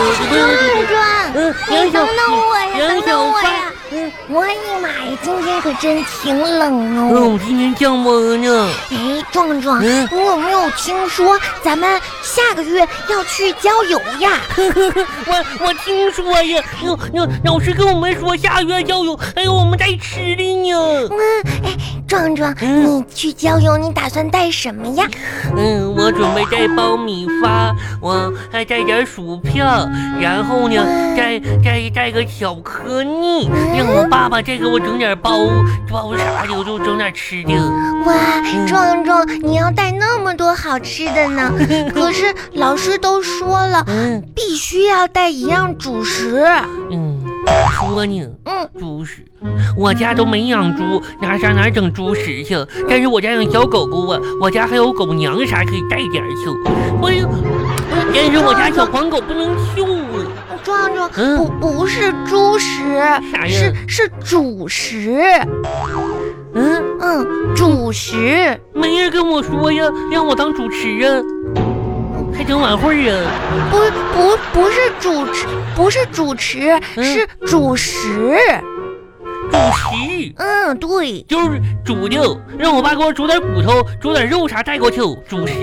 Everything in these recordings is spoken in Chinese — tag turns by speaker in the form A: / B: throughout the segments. A: 嗯杨小
B: 大壮，你哎等等我呀，
A: 杨
B: 等
A: 小
B: 等我
A: 帆
B: 呀！
A: 嗯
B: 我的妈呀，今天可真挺冷哦。
A: 嗯，今天降温呢。
B: 哎，壮壮，
A: 嗯
B: 你有没有听说咱们下个月要去郊游呀？
A: 我我听说呀，哟哟，老师跟我们说下月郊游，还有我们带吃的呢。
B: 嗯，哎，壮壮，
A: 嗯
B: 你去郊游，你打算带什么呀？
A: 嗯，我准备带苞米发，我还带点薯片，然后呢，再再带个小颗粒，让我爸爸再给我整点包包啥的，我就整点吃的。
B: 哇，
A: 嗯
B: 壮壮，你要带那么多好吃的呢。可是老师都说了，
A: 嗯
B: 必须要带一样主食。
A: 嗯，说呢。
B: 嗯，
A: 猪食，我家都没养猪，哪上哪儿整猪食去？但是我家养小狗狗啊，我家还有狗娘啥可以带点儿去。我有，但是我家小黄狗不能秀啊。
B: 壮壮，
A: 嗯
B: 不不是猪食，
A: 啥呀
B: 是是主食。
A: 嗯，
B: 嗯，主食。
A: 没人跟我说呀，让我当主持啊，还整晚会啊。
B: 不不不是主持，不是主持，
A: 嗯
B: 是主食。
A: 主食
B: 嗯，对。
A: 就是煮的，让我爸给我煮点骨头，煮点肉啥带过去。主食，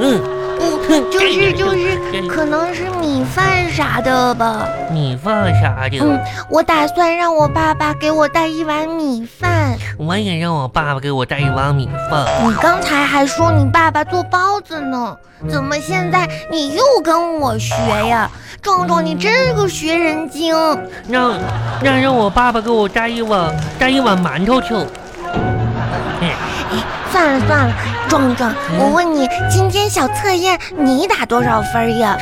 A: 嗯，
B: 嗯，就是就是，可能是米饭啥的吧。
A: 米饭啥的，
B: 嗯，我打算让我爸爸给我带一碗米饭。
A: 我也让我爸爸给我带一碗米饭。
B: 你刚才还说你爸爸做包子呢，怎么现在你又跟我学呀？壮壮，你真是个学人精。
A: 让让让我爸爸给我带一碗带一碗馒头去。哎
B: 算了算了，壮壮，我问你，今天小测验你打多少分呀？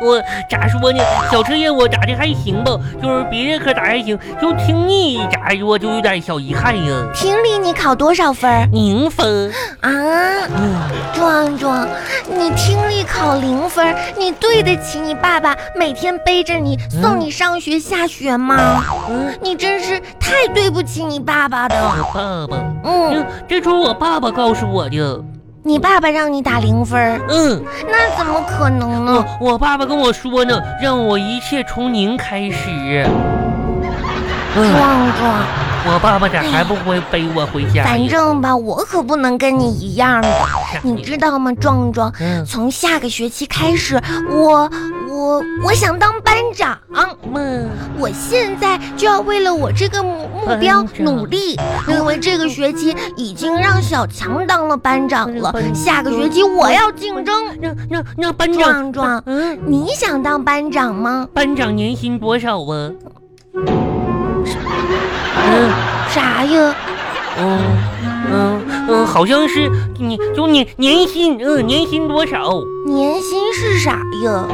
A: 我咋说呢？小测验我打的还行吧，就是别的科打还行，就听力咋说就有点小遗憾呀。
B: 听力你考多少分
A: 零分，
B: 啊？
A: 嗯，
B: 壮壮，你听力考零分儿，你对得起你爸爸每天背着你送你上学下学吗？
A: 嗯
B: 你真是太对不起你爸爸的。
A: 我爸爸，
B: 嗯，
A: 这这都是我爸爸告诉我的。
B: 你爸爸让你打零分儿，
A: 嗯，
B: 那怎么可能呢？
A: 我我爸爸跟我说呢，让我一切从零开始。嗯，
B: 壮壮，
A: 我爸爸咋还不回背我回家呀？
B: 反正吧，我可不能跟你一样的，你知道吗？壮壮，
A: 嗯，
B: 从下个学期开始，我我我想当班长，
A: 妈。
B: 我现在就要为了我这个目目标
A: 班长
B: 努力，因为这个学期已经让小强当了班长了
A: 班，长
B: 下个学期我要竞争。
A: 那那那班长，
B: 壮壮，
A: 嗯，
B: 你想当班长吗？
A: 班长年薪多少啊？嗯
B: 啥呀？
A: 嗯嗯嗯，好像是你就你年薪，嗯，年薪多少？
B: 年薪是啥呀？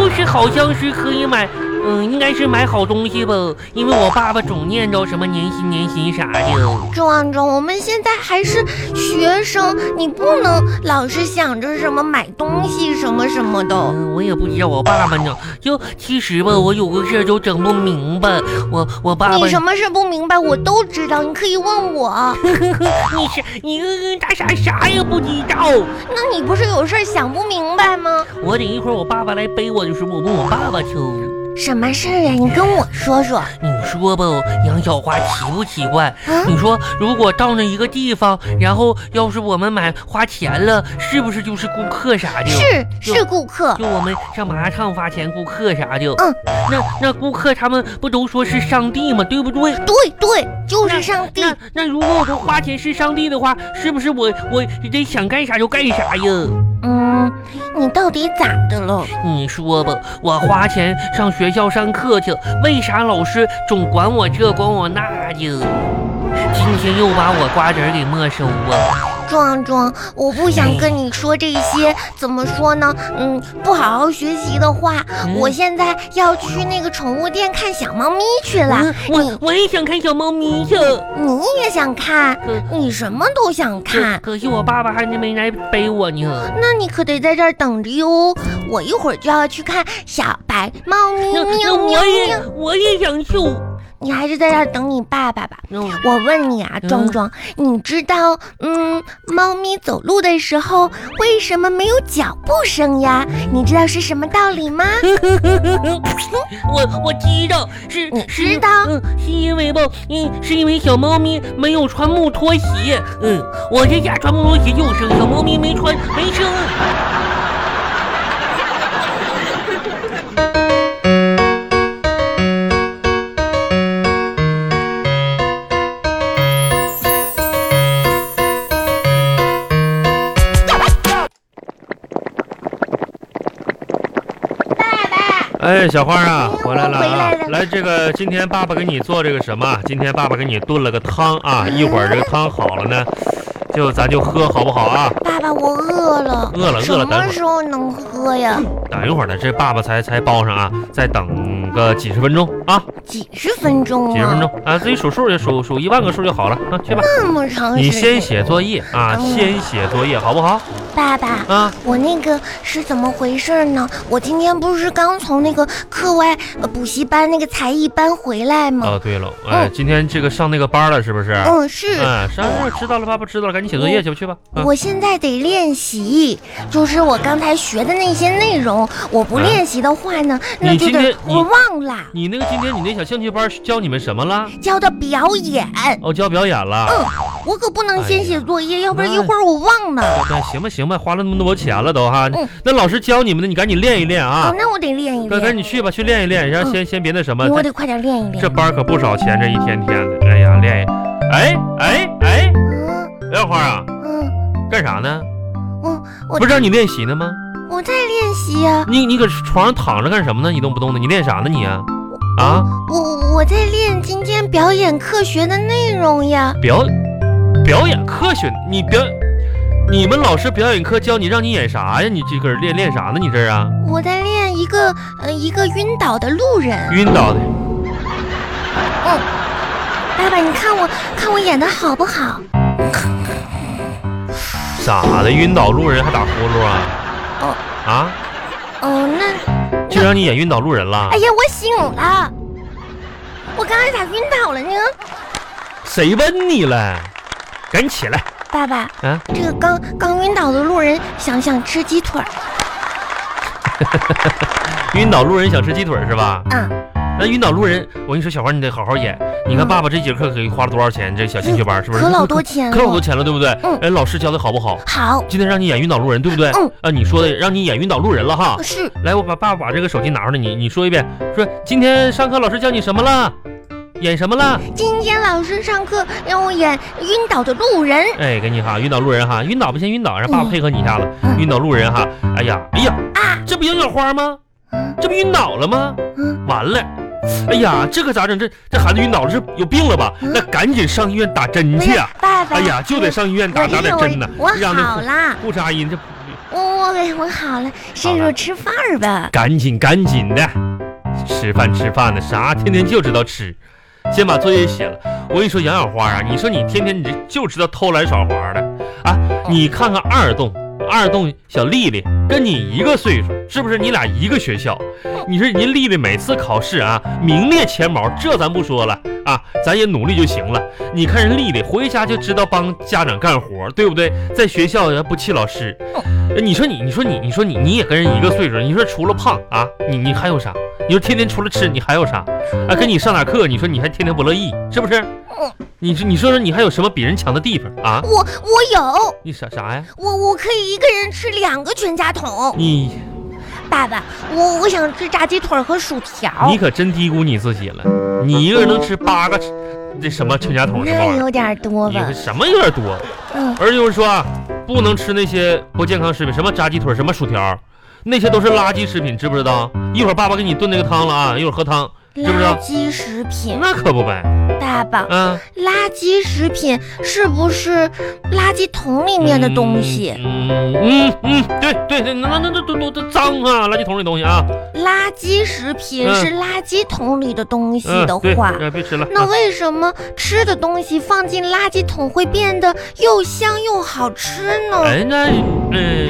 A: 就是好像是可以买，嗯，应该是买好东西吧，因为我爸爸总念叨什么年薪年薪啥的。
B: 壮壮，我们现在还是学生，你不能老是想着什么买东西什么什么的。
A: 嗯，我也不知道我爸爸呢，就其实吧，我有个事儿都整不明白，我我爸爸
B: 你什么事不明白，我都知道，你可以问我。
A: 你是你个大傻啥也不知道。
B: 那你不是有事儿想不明白吗？
A: 我得一会儿我爸爸来背我的时候，我问我爸爸去。
B: 什么事儿呀？啊你跟我说说。
A: 你说吧，杨小花奇不奇怪？
B: 啊
A: 你说如果到那一个地方，然后要是我们买花钱了，是不是就是顾客啥的？
B: 是
A: 就是
B: 顾客，
A: 就我们上麻烫花钱顾客啥的。
B: 嗯，
A: 那那顾客他们不都说是上帝吗？对不对？
B: 对对，就是上帝。
A: 那那如果我说花钱是上帝的话，是不是我我得想干啥就干啥呀？
B: 嗯，你到底咋的了？
A: 你说吧，我花钱上学校上课去，为啥老师总管我这管我那的？今天又把我瓜子儿给没收啊！
B: 壮壮，我不想跟你说这
A: 嗯
B: 些，怎么说呢？嗯，不好好学习的话，
A: 嗯
B: 我现在要去那个宠物店看小猫咪去了
A: 嗯。我我也想看小猫咪去，
B: 你也想看？
A: 可
B: 你什么都想
A: 可
B: 看，
A: 可惜我爸爸还没来背我呢。
B: 那你可得在这儿等着哟。我一会儿就要去看小白猫咪
A: 那那
B: 喵喵
A: 我也
B: 喵。
A: 我也想哦去。
B: 你还是在这儿等你爸爸吧。
A: 那我
B: 我问你啊，
A: 嗯
B: 壮壮，你知道，嗯，猫咪走路的时候为什么没有脚步声呀？你知道是什么道理吗？
A: 我我知道是
B: 你
A: 是
B: 知
A: 因
B: 道
A: 嗯，是因为吧，嗯，是因为小猫咪没有穿木拖鞋，嗯，我这家穿木拖鞋就生，小猫咪没穿没生。
C: 哎，小花啊，回来了
B: 回
C: 啊
B: 来！了
C: 来，这个今天爸爸给你做这个什么？啊今天爸爸给你炖了个汤啊，一会儿这个汤好了呢，就咱就喝好不好啊？
B: 爸爸，我饿了，
C: 饿了饿了
B: 什
C: 等会
B: 么
C: 儿
B: 时候能喝呀？
C: 等一会儿呢，这爸爸才才包上啊，再等个几十分钟啊，
B: 几十分钟啊，
C: 几十分钟啊，自己数数去，数数一万个数就好了啊，去吧。
B: 那么长时间。
C: 你先写作业啊，先写作业好不好
B: 爸爸，
C: 啊？
B: 我那个是怎么回事呢？我今天不是刚从那个课外呃补习班那个才艺班回来吗？
C: 哦，对了，哎，
B: 嗯
C: 今天这个上那个班了是不是？
B: 嗯，是。
C: 嗯，上知道了，爸爸知道了，赶紧写作业去吧，去吧。啊
B: 我现在得练习，就是我刚才学的那些内容，我不
C: 啊
B: 练习的话呢，那
C: 你
B: 就
C: 今
B: 得
C: 天你
B: 我忘了。
C: 你那个今天你那小兴趣班教你们什么了？
B: 教的表演，
C: 哦，教表演了。
B: 我可不能
C: 哎
B: 先
C: 呀
B: 写作业，要不然一
C: 那
B: 会儿我忘了。
C: 那行吧，行吧，花了那么多钱了都哈。
B: 嗯
C: 那老师教你们的，你赶紧练一练
B: 哦
C: 啊，。
B: 那我得练一
C: 赶赶
B: 练，
C: 紧去吧，去练一练，然后
B: 嗯
C: 先先别那什么。
B: 我
C: 这
B: 得快点练一
C: 这
B: 练。
C: 班可不少钱，这一天天的。哎呀，练一，哎哎哎，
B: 嗯
C: 莲花啊，
B: 嗯，
C: 干啥呢？
B: 我我
C: 不是让你练习呢吗？
B: 我在练习呀、
C: 你你搁床上躺着干什么呢？一动不动的，你练啥呢你啊？啊，
B: 我我在练今天表演课学的内容呀。
C: 表表演科学，你表你们老师表演课教你让你演啥呀？你这搁这练练啥呢？你这儿啊？
B: 我在练一个呃一个晕倒的路人。
C: 晕倒的。
B: 爸爸，你看我看我演的好不好？
C: 咋的？晕倒路人还打呼噜啊？
B: 哦
C: 啊！
B: 哦，那
C: 就让你演晕倒路人了
B: 哎？呀，我醒了。我刚才咋晕倒了呢？
C: 谁问你了？赶紧起来！
B: 爸爸，
C: 啊
B: 这个刚刚晕倒的路人想想吃鸡腿儿
C: 晕倒路人想吃鸡腿是吧？
B: 啊、
C: 那晕倒路人，我跟你说，小花你得好好演。你看爸爸这节课给花了多少钱？这小兴趣班是不是？
B: 可老多钱了。啊
C: 可老多钱了，对不对
B: 嗯？
C: 哎，老师教的好不好？
B: 好，
C: 今天让你演晕倒路人，对不对？
B: 嗯
C: 啊，你说的让你演晕倒路人了哈。
B: 是
C: 来，我把爸爸把这个手机拿出来，你你说一遍，说今天上课老师教你什么了？演什么了？
B: 今天老师上课让我演晕倒的路人。
C: 哎，给你哈，晕倒路人哈，晕倒不先晕倒，让爸爸
B: 嗯
C: 配合你一下子。
B: 嗯啊
C: 晕倒路人哈，哎呀，哎呀，这不杨小花吗？
B: 嗯
C: 这不晕倒了吗？
B: 嗯
C: 完了，哎呀，这可咋整？这这孩子晕倒了是有病了吧？
B: 嗯
C: 那赶紧上医院打针
B: 不
C: 去
B: 是
C: 啊！，
B: 嗯爸爸。
C: 哎呀，就得上医院
B: 我
C: 打打
B: 这
C: 点
B: 我
C: 针呢，
B: 我
C: 让
B: 好
C: 那
B: 啦，
C: 裤衩音这
B: 我我给我好了，伸手吃饭儿吧。
C: 赶紧赶紧的，吃饭吃饭的，啥天天就知道吃。先把作业写了，我跟你说，杨小花啊，你说你天天你这就知道偷懒耍滑的啊！你看看二栋，二栋小丽丽跟你一个岁数，是不是？你俩一个学校，你说人家丽丽每次考试啊名列前茅，这咱不说了啊，咱也努力就行了。你看人丽丽回家就知道帮家长干活，对不对？在学校也不气老师，哎你说你，你说你，你说你，你也跟人一个岁数，你说除了胖啊，你你还有啥？你说天天除了吃，你还有啥？啊，跟你上点课，你说你还天天不乐意，是不是？你说你说说你还有什么比人强的地方啊？
B: 嗯我我有，
C: 你啥啥呀？
B: 我我可以一个人吃两个全家桶。
C: 你
B: 爸爸，我我想吃炸鸡腿儿和薯条
C: 你，可真低估你自己了，你一个人能吃八个吃这什么全家桶什么
B: 那
C: 玩意儿？
B: 有点多
C: 你
B: 吧
C: 这？什么有点多，
B: 嗯，
C: 而且我说啊，不能吃那些不健康食品，什么炸鸡腿，什么薯条，那些都是垃圾食品，知不知道？一会儿爸爸给你炖那个汤了啊，一会儿喝汤，知不知道
B: 垃圾食品，
C: 那可不呗，
B: 爸爸，
C: 嗯。
B: 垃圾食品是不是垃圾桶里面的东西？
C: 嗯嗯嗯，对对对，那那那都都都脏啊，垃圾桶里东西啊。
B: 垃圾食品
C: 嗯
B: 是垃圾桶里的东西
C: 嗯，
B: 的
C: 对，
B: 话，
C: 呃别吃了。
B: 那
C: 啊
B: 为什么吃的东西放进垃圾桶会变得又香又好吃呢？
C: 哎，那嗯，